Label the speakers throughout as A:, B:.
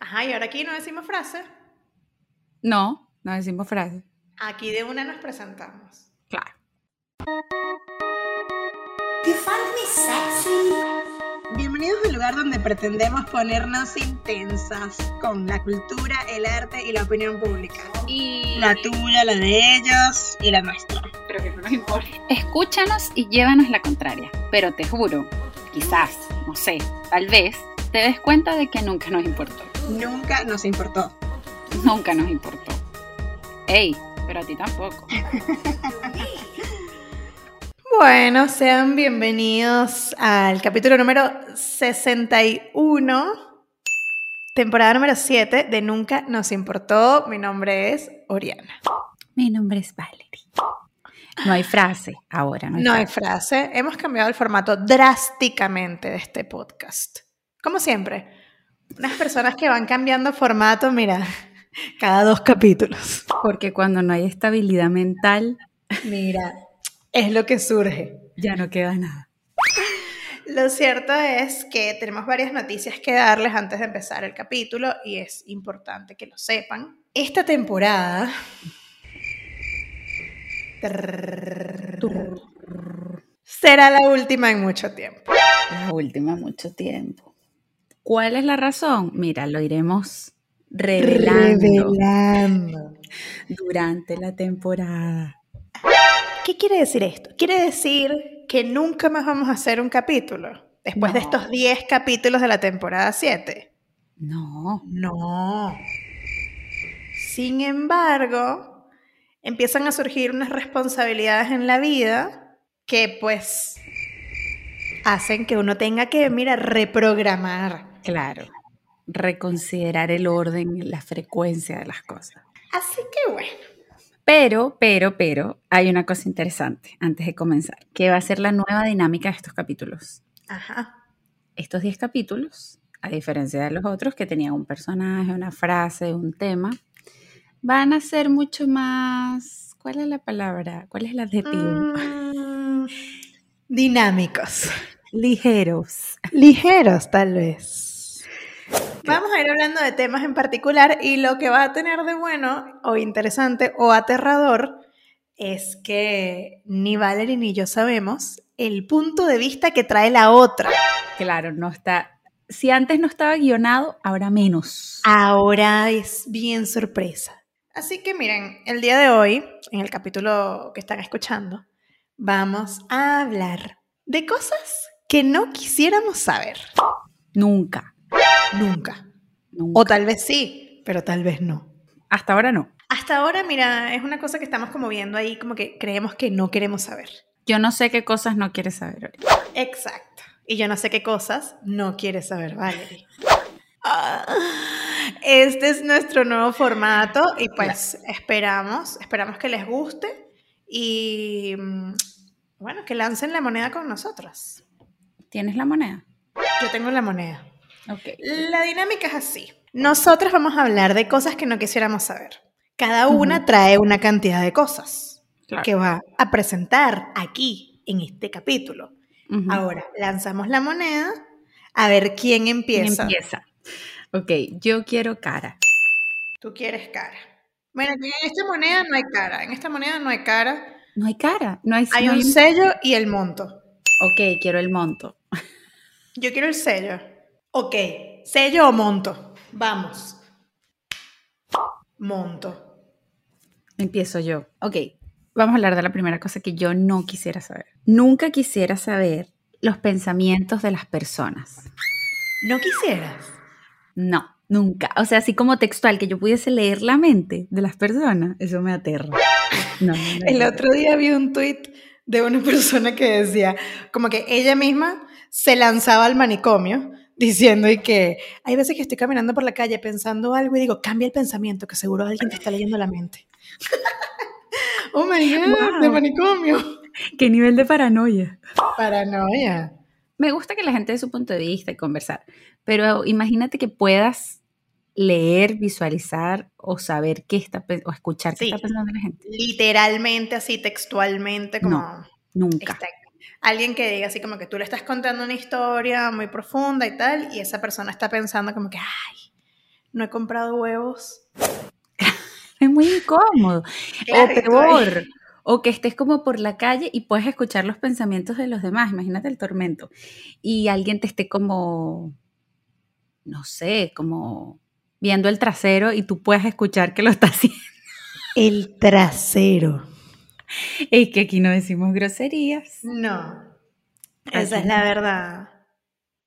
A: Ajá, y ahora aquí no decimos frases.
B: No, no decimos frases.
A: Aquí de una nos presentamos.
B: Claro.
C: You find me sexy.
D: Bienvenidos al lugar donde pretendemos ponernos intensas con la cultura, el arte y la opinión pública.
E: y
D: La tuya, la de ellos y la nuestra.
E: pero que no nos importe.
B: Escúchanos y llévanos la contraria, pero te juro, quizás, no sé, tal vez, te des cuenta de que nunca nos importó.
D: Nunca nos importó.
B: Nunca nos importó. Ey, pero a ti tampoco.
A: Bueno, sean bienvenidos al capítulo número 61, temporada número 7 de Nunca nos importó. Mi nombre es Oriana.
B: Mi nombre es Valerie. No hay frase ahora, no hay
A: No hay
B: frase.
A: frase. Hemos cambiado el formato drásticamente de este podcast. Como siempre, unas personas que van cambiando formato, mira, cada dos capítulos.
B: Porque cuando no hay estabilidad mental,
A: Mira, es lo que surge.
B: ya no queda nada.
A: Lo cierto es que tenemos varias noticias que darles antes de empezar el capítulo y es importante que lo sepan. Esta temporada... Será la última en mucho tiempo.
B: La última mucho tiempo. ¿Cuál es la razón? Mira, lo iremos revelando
A: Revelando.
B: durante la temporada.
A: ¿Qué quiere decir esto? Quiere decir que nunca más vamos a hacer un capítulo después de
B: No.
A: estos 10 capítulos de la temporada 7.
B: No,
A: No. Sin embargo, empiezan a surgir unas responsabilidades en la vida que pues hacen que uno tenga que, mira, reprogramar.
B: claro. Reconsiderar el orden, la frecuencia de las cosas.
A: Así que bueno,
B: Pero, pero, pero, hay una cosa interesante antes de comenzar, que va a ser la nueva dinámica de estos capítulos.
A: ajá,
B: Estos 10 capítulos, a diferencia de los otros que tenían un personaje, una frase, un tema, van a ser mucho más... ¿Cuál es la palabra? ¿Cuál es el adjetivo?
A: Mm, dinámicos.
B: Ligeros.
A: Ligeros, tal vez. Vamos a ir hablando de temas en particular y lo que va a tener de bueno o interesante o aterrador es que ni Valerie ni yo sabemos el punto de vista que trae la otra.
B: Claro, no está... Si antes no estaba guionado, ahora menos.
A: Ah. Ahora es bien sorpresa. Así que miren, el día de hoy, en el capítulo que están escuchando, vamos a hablar de cosas que no quisiéramos saber
B: Nunca.
A: nunca.
B: nunca.
A: O tal vez sí, pero tal vez no.
B: Hasta ahora no.
A: Hasta ahora, mira, es una cosa que estamos como viendo ahí, como que creemos que no queremos saber.
B: Yo no sé qué cosas no quieres saber ahorita.
A: Exacto. Y yo no sé qué cosas no quiere saber Valerie. Ah, Este es nuestro nuevo formato y pues esperamos, esperamos que les guste y mm, bueno, que lancen la moneda con nosotros.
B: ¿Tienes la moneda?
A: Yo tengo la moneda.
B: Ok.
A: La dinámica es así. Nosotras vamos a hablar de cosas que no quisiéramos saber. Cada una trae una cantidad de cosas
B: Claro.
A: que va a presentar aquí en este capítulo.
B: Ujú.
A: Ahora, lanzamos la moneda a ver quién
B: ¿Quién
A: empieza.
B: empieza? Ok, yo quiero cara.
A: Tú quieres cara. Bueno, en esta moneda no hay cara. En esta moneda no hay cara.
B: No hay cara, no hay,
A: Hay
B: no
A: un sello y el monto.
B: Ok, quiero el monto.
A: Yo quiero el sello. Ok, sello o monto. Vamos. Monto.
B: Empiezo yo. Ok, vamos a hablar de la primera cosa que yo no quisiera saber. Nunca quisiera saber los pensamientos de las personas.
A: ¿No quisieras?
B: No, nunca. O sea, así como textual, que yo pudiese leer la mente de las personas, eso me aterra. No, no, no,
A: El
B: no.
A: otro día vi un tweet de una persona que decía, como que ella misma se lanzaba al manicomio diciendo y que hay veces que estoy caminando por la calle pensando algo y digo, cambia el pensamiento, que seguro alguien te está leyendo la mente. oh my god, de
B: Wow.
A: manicomio.
B: ¿Qué nivel de paranoia?
A: Paranoia.
B: me gusta que la gente dé su punto de vista y conversar, pero imagínate que puedas leer, visualizar o saber qué está pe- o escuchar qué
A: Sí.
B: está pensando la gente.
A: Literalmente así, textualmente, como...
B: No, Nunca.
A: Está- Alguien que diga así como que tú le estás contando una historia muy profunda y tal, y esa persona está pensando como que, ay, no he comprado huevos.
B: Es muy incómodo.
A: Claro,
B: o
A: y tú
B: peor, o que estés como por la calle y puedas escuchar los pensamientos de los demás. Imagínate el tormento. Y alguien te esté como, no sé, como viendo el trasero y tú puedas escuchar que lo está haciendo.
A: El trasero.
B: Es que aquí no decimos groserías.
A: No. Esa
B: Así
A: es la verdad.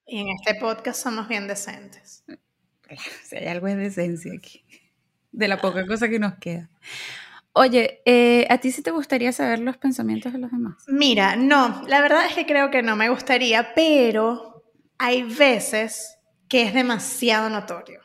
A: Y en este podcast somos bien decentes.
B: Si hay algo de decencia aquí, de la poca cosa que nos queda. Ah. Oye, eh, ¿a ti sí te gustaría saber los pensamientos de los demás?
A: Mira, no, la verdad es que creo que no me gustaría, pero hay veces que es demasiado notorio.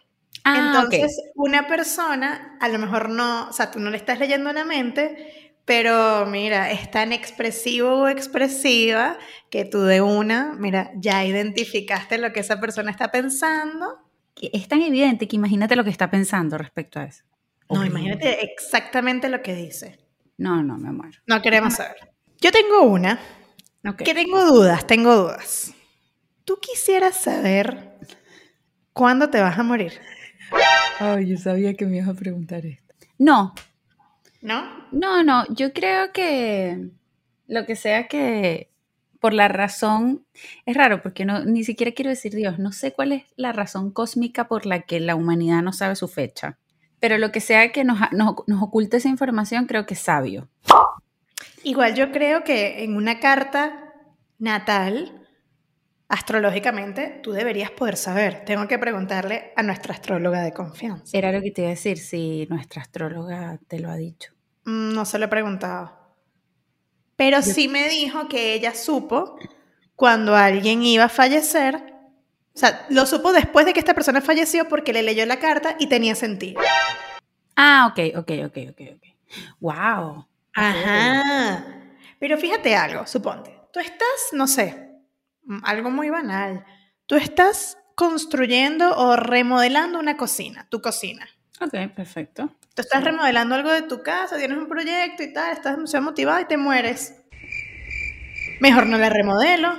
B: Ah, ok.
A: Entonces, una persona, a lo mejor no, o sea, tú no le estás leyendo la mente, pero mira, es tan expresivo o expresiva que tú de una, mira, ya identificaste lo que esa persona está pensando.
B: que es tan evidente que imagínate lo que está pensando respecto a eso.
A: No,
B: Horrible.
A: imagínate exactamente lo que dice.
B: No, no, me muero.
A: No queremos saber. Yo tengo una,
B: Ok.
A: que tengo dudas, tengo dudas. ¿Tú quisieras saber cuándo te vas a morir?
B: Ay, yo sabía que me ibas a preguntar esto. No,
A: ¿No?
B: no, no. Yo creo que lo que sea que por la razón es raro porque no ni siquiera quiero decir Dios. No sé cuál es la razón cósmica por la que la humanidad no sabe su fecha. Pero lo que sea que nos, nos- nos oculte esa información, creo que es sabio.
A: Igual yo creo que en una carta natal, astrológicamente, tú deberías poder saber. Tengo que preguntarle a nuestra astróloga de confianza.
B: Era lo que te iba a decir, si nuestra astróloga te lo ha dicho.
A: Mm, No se lo he preguntado. Pero sí me dijo que ella supo cuando alguien iba a fallecer. O sea, lo supo después de que esta persona falleció porque le leyó la carta y tenía sentido.
B: Ah, ok, ok, ok, ok, ok. Wow.
A: Ajá. Pero fíjate algo, suponte. Tú estás, no sé, mm, algo muy banal. Tú estás construyendo o remodelando una cocina, tu cocina.
B: Ok, perfecto.
A: Tú estás remodelando algo de tu casa, tienes un proyecto y tal, estás demasiado motivada y te mueres. Mejor no la remodelo.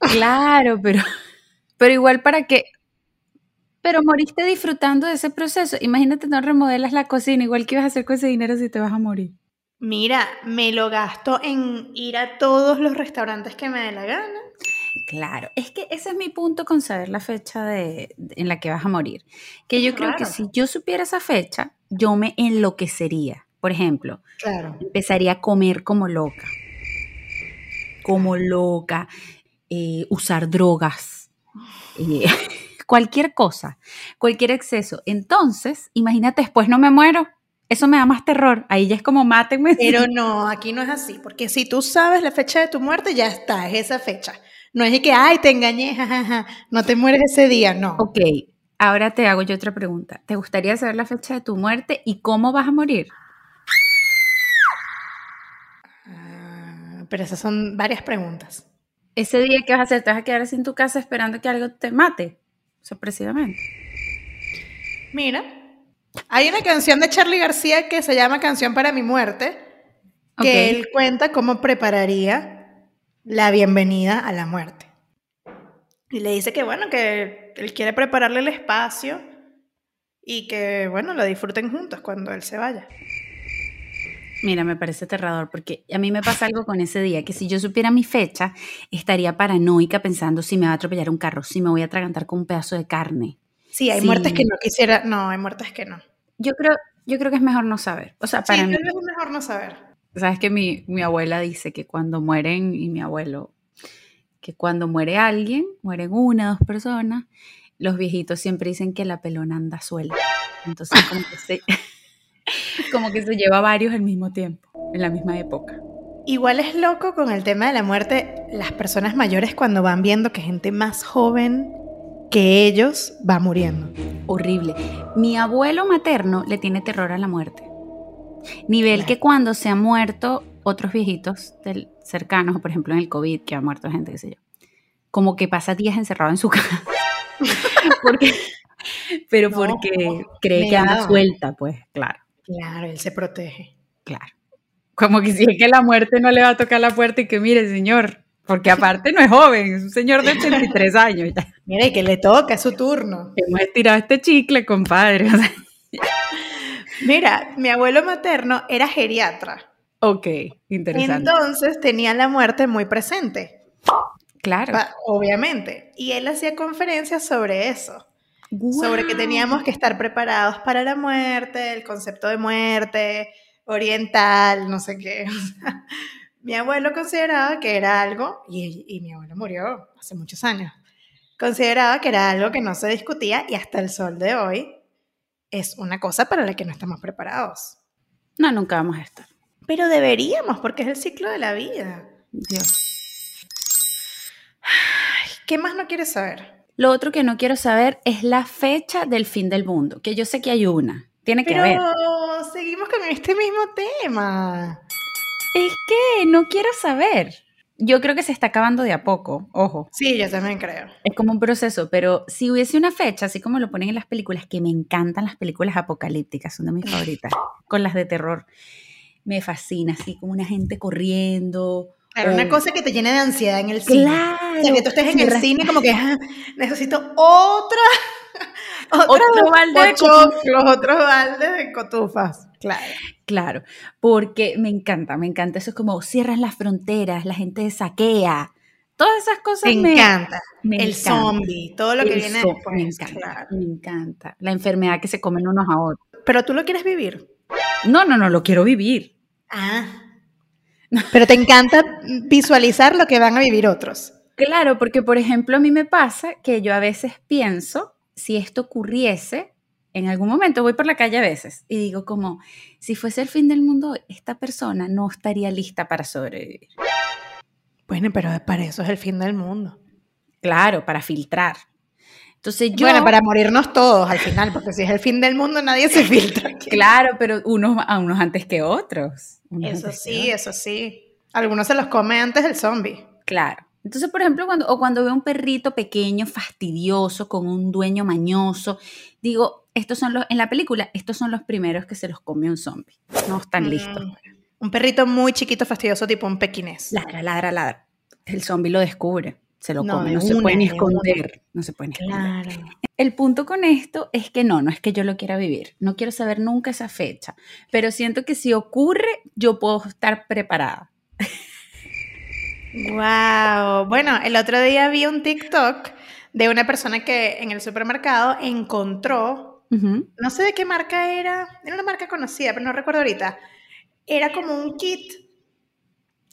B: Claro, pero, pero igual para que. Pero moriste disfrutando de ese proceso. Imagínate, no remodelas la cocina, igual que ibas a hacer con ese dinero si te vas a morir.
A: Mira, me lo gasto en ir a todos los restaurantes que me dé la gana.
B: Claro, es que ese es mi punto con saber la fecha de, de- en la que vas a morir. Que yo creo que
A: Claro.
B: si yo supiera esa fecha, yo me enloquecería. Por ejemplo,
A: Claro.
B: empezaría a comer como loca. Como loca. eh, usar drogas. eh, cualquier cosa. Cualquier exceso. Entonces, imagínate, después no me muero. Eso me da más terror. Ahí ya es como mátenme.
A: Pero no, aquí no es así, porque si tú sabes la fecha de tu muerte, ya está, es esa fecha. No es de que, ay, te engañé, jajaja, no te mueres ese día, no.
B: Ok, ahora te hago yo otra pregunta. ¿Te gustaría saber la fecha de tu muerte y cómo vas a morir?
A: Ah, pero esas son varias preguntas.
B: Ese día que vas a hacer, te vas a quedar sin tu casa esperando que algo te mate. Sorpresivamente.
A: Mira, hay una canción de Charlie García que se llama Canción para mi muerte, que
B: Ok.
A: él cuenta cómo prepararía la bienvenida a la muerte. Y le dice que bueno, que él quiere prepararle el espacio y que bueno, lo disfruten juntos cuando él se vaya.
B: Mira, me parece aterrador porque a mí me pasa algo con ese día, que si yo supiera mi fecha, estaría paranoica pensando si me va a atropellar un carro, si me voy a atragantar con un pedazo de carne.
A: Sí, hay
B: Sí.
A: muertes que no quisiera. No, hay muertes que no.
B: Yo creo, yo creo que es mejor no saber. O sea, para
A: sí,
B: mí,
A: tal vez es mejor no saber.
B: sabes que mi, mi abuela dice que cuando mueren, y mi abuelo, que cuando muere alguien, mueren una, dos personas, los viejitos siempre dicen que la pelona anda suelta. Entonces como que se, como que se lleva varios al mismo tiempo, en la misma época.
A: Igual es loco con el tema de la muerte, las personas mayores cuando van viendo que gente más joven que ellos va muriendo.
B: horrible. Mi abuelo materno le tiene terror a la muerte. Nivel
A: Claro.
B: que cuando se ha muerto otros viejitos del, cercanos, por ejemplo en el COVID, que ha muerto gente, qué sé yo, como que pasa días encerrado en su casa. porque, pero
A: No,
B: porque cree que
A: negado.
B: anda suelta, pues, claro,
A: Claro, él se protege.
B: claro. Como que si es que la muerte no le va a tocar la puerta y que mire, señor, Porque aparte no es joven, es un señor de 83 años. Ya.
A: Mira, y que le toca, es su turno.
B: Hemos estirado este chicle, compadre. o sea,
A: Mira, mi abuelo materno era geriatra.
B: ok, interesante.
A: Entonces tenía la muerte muy presente,
B: claro.
A: pa- obviamente. Y él hacía conferencias sobre eso. sobre que teníamos que estar preparados para la muerte, el concepto de muerte oriental, no sé qué. O sea, mi abuelo consideraba que era algo, y, y mi abuelo murió hace muchos años, consideraba que era algo que no se discutía y hasta el sol de hoy es una cosa para la que no estamos preparados.
B: No, nunca vamos a estar.
A: Pero deberíamos, porque es el ciclo de la vida.
B: Dios.
A: Ay, ¿Qué más no quieres saber?
B: Lo otro que no quiero saber es la fecha del fin del mundo, que yo sé que hay una. Tiene que
A: Pero
B: haber.
A: seguimos con este mismo tema.
B: Es que no quiero saber. Yo creo que se está acabando de a poco, ojo.
A: Sí, yo también creo.
B: Es como un proceso, pero si hubiese una fecha, así como lo ponen en las películas, que me encantan las películas apocalípticas, son de mis favoritas, con las de terror, me fascina, así como una gente corriendo.
A: Era una
B: o-
A: cosa que te llena de ansiedad en el cine.
B: Claro.
A: O sea, que tú estés en el
B: Cierra-
A: cine como que "Ah, necesito otra, otra
B: Otro balde de
A: pochoclos, otro balde de cotufas. Claro.
B: Claro, porque me encanta, me encanta. Eso es como cierras las fronteras, la gente saquea. Todas esas cosas
A: Me,
B: me,
A: encanta.
B: me
A: el
B: encanta.
A: zombie, todo lo que
B: El
A: viene
B: zo-
A: después.
B: Me encanta,
A: claro.
B: me encanta. La enfermedad que se comen unos a otros.
A: Pero tú lo quieres vivir.
B: No, no, no, lo quiero vivir.
A: Ah. Pero te encanta visualizar lo que van a vivir otros.
B: Claro, porque por ejemplo a mí me pasa que yo a veces pienso, si esto ocurriese, en algún momento voy por la calle a veces y digo como, si fuese el fin del mundo, hoy, esta persona no estaría lista para sobrevivir.
A: Bueno, pero para eso es el fin del mundo.
B: Claro, para filtrar. Entonces yo...
A: Bueno, para morirnos todos al final, porque si es el fin del mundo nadie se filtra. aquí.
B: Claro, pero unos a unos antes que otros. unos
A: Eso
B: antes que
A: sí, eso sí. Algunos se los come antes el zombie.
B: Claro. Entonces, por ejemplo, cuando, o cuando veo un perrito pequeño, fastidioso, con un dueño mañoso, digo, estos son los, en la película, estos son los primeros que se los come un zombie. No
A: Mm.
B: están listos.
A: Un perrito muy chiquito, fastidioso, tipo un pequinés.
B: Ladra, ladra, ladra. El zombie lo descubre, se lo
A: No,
B: come,
A: de
B: no se
A: una,
B: pueden
A: de una.
B: esconder. No se pueden esconder. El punto con esto es que no, no es que yo lo quiera vivir. No quiero saber nunca esa fecha. Pero siento que si ocurre, yo puedo estar preparada.
A: Wow. Bueno, el otro día vi un TikTok de una persona que en el supermercado encontró,
B: Ujú.
A: no sé de qué marca era, era una marca conocida, pero no recuerdo ahorita. Era como un kit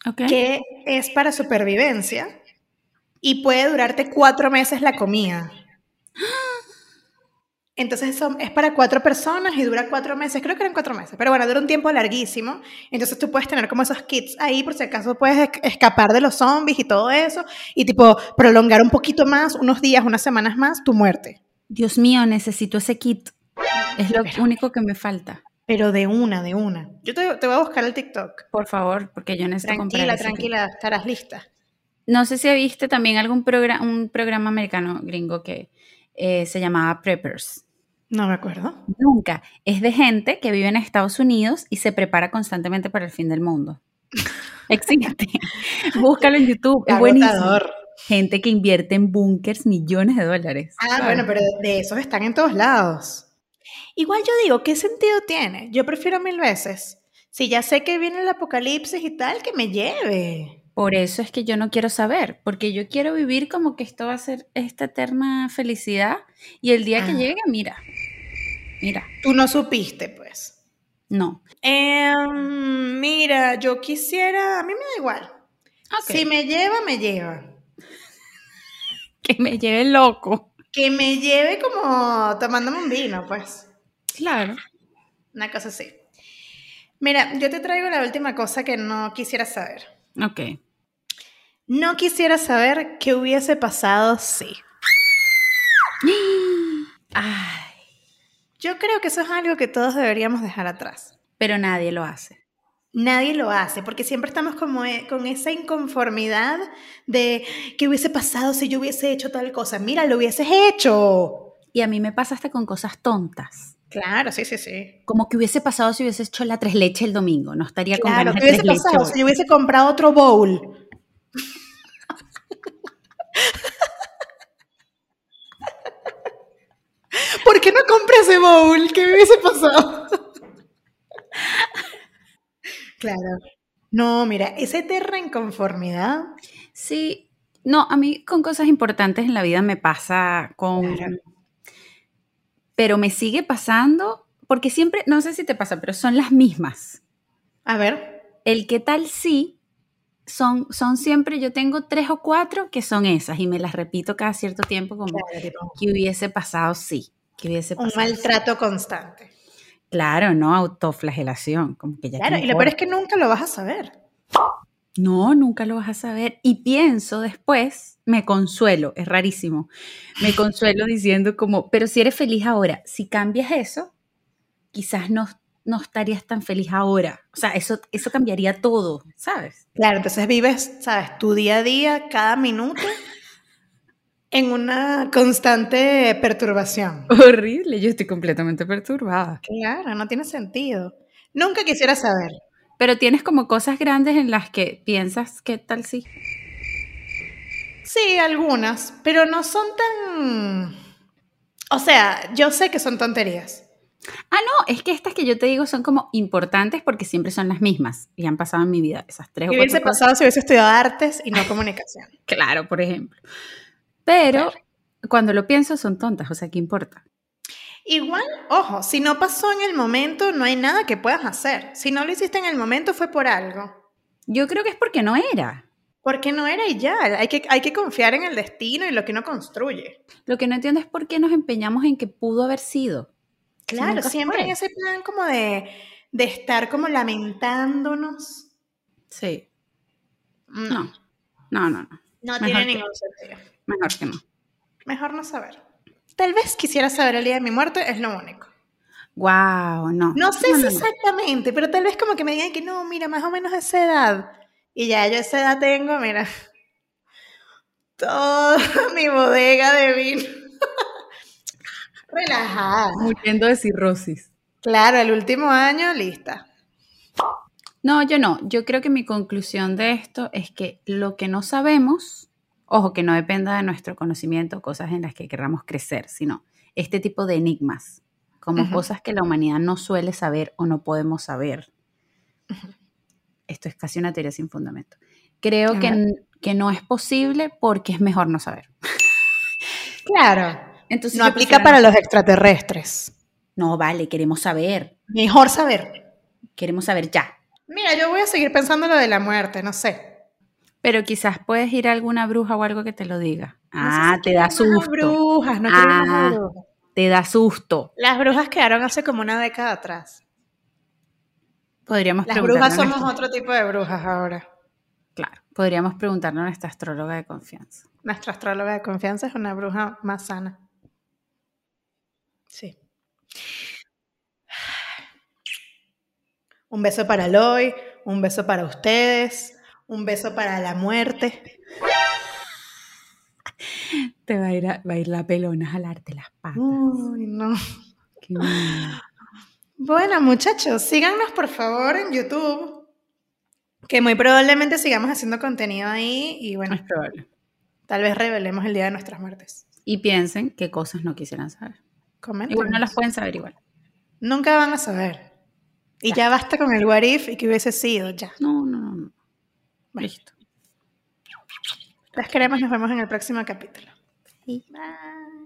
B: Ok.
A: que es para supervivencia y puede durarte cuatro meses la comida. Entonces son- es para cuatro personas y dura cuatro meses, creo que eran cuatro meses, pero bueno, dura un tiempo larguísimo. Entonces tú puedes tener como esos kits ahí por si acaso puedes es- escapar de los zombies y todo eso y tipo prolongar un poquito más, unos días, unas semanas más, tu muerte.
B: Dios mío, necesito ese kit. Es lo
A: Pero-
B: único que me falta.
A: Pero de una, de una. Yo te, te voy a buscar el TikTok.
B: Por favor, porque yo necesito comprar
A: Tranquila,
B: ese kit.
A: tranquila, estarás lista.
B: No sé si viste también algún programa, un programa americano gringo que eh, se llamaba Preppers.
A: No me acuerdo.
B: Nunca. Es de gente que vive en Estados Unidos y se prepara constantemente para el fin del mundo. Existe. Búscalo en YouTube.
A: Qué
B: Es buenísimo.
A: agotador.
B: Gente que invierte en bunkers millones de dólares.
A: Ah,
B: ¿sabes?
A: bueno, pero de esos están en todos lados. Igual yo digo, ¿qué sentido tiene? Yo prefiero mil veces. Si ya sé que viene el apocalipsis y tal, que me lleve.
B: Por eso es que yo no quiero saber, porque yo quiero vivir como que esto va a ser esta eterna felicidad y el día que
A: Ah.
B: llegue, mira, mira,
A: Tú no supiste, pues.
B: no.
A: Em, mira, yo quisiera, a mí me da igual. Si me lleva, me lleva.
B: Que me lleve loco.
A: Que me lleve como tomándome un vino, pues.
B: Claro.
A: Una cosa así. Mira, yo te traigo la última cosa que no quisiera saber.
B: Ok.
A: No quisiera saber qué hubiese pasado si.
B: Ay,
A: Yo creo que eso es algo que todos deberíamos dejar atrás.
B: pero nadie lo hace.
A: Nadie lo hace, porque siempre estamos como e- con esa inconformidad de qué hubiese pasado si yo hubiese hecho tal cosa. Mira, lo hubieses hecho.
B: Y a mí me pasa hasta con cosas tontas.
A: Claro, sí, sí, sí.
B: Como que hubiese pasado si hubiese hecho la tres leche el domingo. No estaría con
A: Claro,
B: ganas
A: ¿qué
B: de tres
A: hubiese
B: leche
A: pasado
B: hoy.
A: si yo hubiese comprado otro bowl? ¿por qué no compré ese bowl? ¿Qué me hubiese pasado? claro. No, mira, esa eterna inconformidad.
B: Sí, no, a mí con cosas importantes en la vida me pasa con...
A: Claro.
B: Pero me sigue pasando, porque siempre, no sé si te pasa, pero son las mismas.
A: A ver,
B: El qué tal sí, son, son siempre, yo tengo tres o cuatro que son esas y me las repito cada cierto tiempo como que hubiese pasado sí, que hubiese
A: un
B: pasado.
A: maltrato constante.
B: Claro, no autoflagelación, como que ya
A: Claro,
B: que
A: y lo peor
B: importa.
A: es que nunca lo vas a saber.
B: No, nunca lo vas a saber. Y pienso después, me consuelo, es rarísimo. Me consuelo diciendo como, pero si eres feliz ahora, si cambias eso, quizás no, no estarías tan feliz ahora. O sea, eso, eso cambiaría todo, ¿sabes?
A: Claro, entonces vives, sabes, tu día a día, cada minuto, en una constante perturbación.
B: Horrible, yo estoy completamente perturbada.
A: Claro, no tiene sentido. Nunca quisiera saber.
B: Pero tienes como cosas grandes en las que piensas, ¿qué tal si?
A: Sí, algunas, pero no son tan... O sea, yo sé que son tonterías.
B: Ah, no, es que estas que yo te digo son como importantes porque siempre son las mismas y han pasado en mi vida, esas tres o
A: ¿Qué
B: cuatro
A: hubiese
B: cosas.
A: pasado si hubiese estudiado artes y no comunicación?
B: Claro, por ejemplo. Pero cuando lo pienso son tontas, o sea, ¿qué importa?
A: Igual, ojo, si no pasó en el momento, no hay nada que puedas hacer. Si no lo hiciste en el momento, fue por algo.
B: Yo creo que es porque no era.
A: Porque no era y ya. Hay que, hay que confiar en el destino y lo que uno construye.
B: Lo que no entiendo es por qué nos empeñamos en que pudo haber sido. Si
A: Claro,
B: nunca
A: siempre
B: fue.
A: en ese plan como de, de estar como lamentándonos.
B: Sí.
A: No,
B: No. No, no, no.
A: no
B: Mejor
A: tiene
B: que-
A: ningún sentido.
B: Mejor que no.
A: Mejor no saber. Tal vez quisiera saber el día de mi muerte, es lo único.
B: Wow, no.
A: No sé si
B: no, no.
A: exactamente, pero tal vez como que me digan que no, mira, más o menos esa edad. Y ya yo esa edad tengo, mira, toda mi bodega de vino. Relajada.
B: Muriendo de cirrosis.
A: Claro, el último año, lista.
B: No, yo no. Yo creo que mi conclusión de esto es que lo que no sabemos, ojo, que no dependa de nuestro conocimiento, cosas en las que querramos crecer, sino este tipo de enigmas, como
A: Ujú.
B: cosas que la humanidad no suele saber o no podemos saber. Esto es casi una teoría sin fundamento. Creo que,
A: Ajá.
B: n- que no es posible porque es mejor no saber.
A: Claro.
B: Entonces
A: No
B: yo
A: aplica
B: prefiero
A: para
B: no-
A: los extraterrestres.
B: No, vale, queremos saber.
A: Mejor saber.
B: Queremos saber ya.
A: Mira, yo voy a seguir pensando lo de la muerte, no sé.
B: Pero quizás puedes ir a alguna bruja o algo que te lo diga.
A: No sé
B: Ah,
A: si
B: te
A: quiero
B: da
A: más
B: susto.
A: Brujas, no quiero más
B: Ah.
A: brujas.
B: Te da susto.
A: Las brujas quedaron hace como una década atrás.
B: Podríamos
A: Las
B: preguntarle
A: brujas
B: a
A: somos
B: nuestra-
A: otro tipo de brujas ahora.
B: Claro, podríamos preguntarle a nuestra astróloga de confianza.
A: Nuestra astróloga de confianza es una bruja más sana. Sí. Un beso para Loy, un beso para ustedes, un beso para la muerte.
B: Te va a ir, a- va a ir la pelona a jalarte las patas.
A: Uy, no.
B: Qué miedo.
A: Bueno, muchachos, síganos por favor en YouTube, que muy probablemente sigamos haciendo contenido ahí y
B: No es
A: bueno,
B: probable.
A: tal vez revelemos el día de nuestras muertes.
B: Y piensen qué cosas no quisieran saber.
A: Comenten.
B: Igual no las pueden saber igual.
A: Nunca van a saber. Y ya. basta con el what if y que hubiese sido, ya.
B: No, no, no. no.
A: Bueno.
B: Listo.
A: Las queremos, nos vemos en el próximo capítulo.
B: Sí.
A: Bye.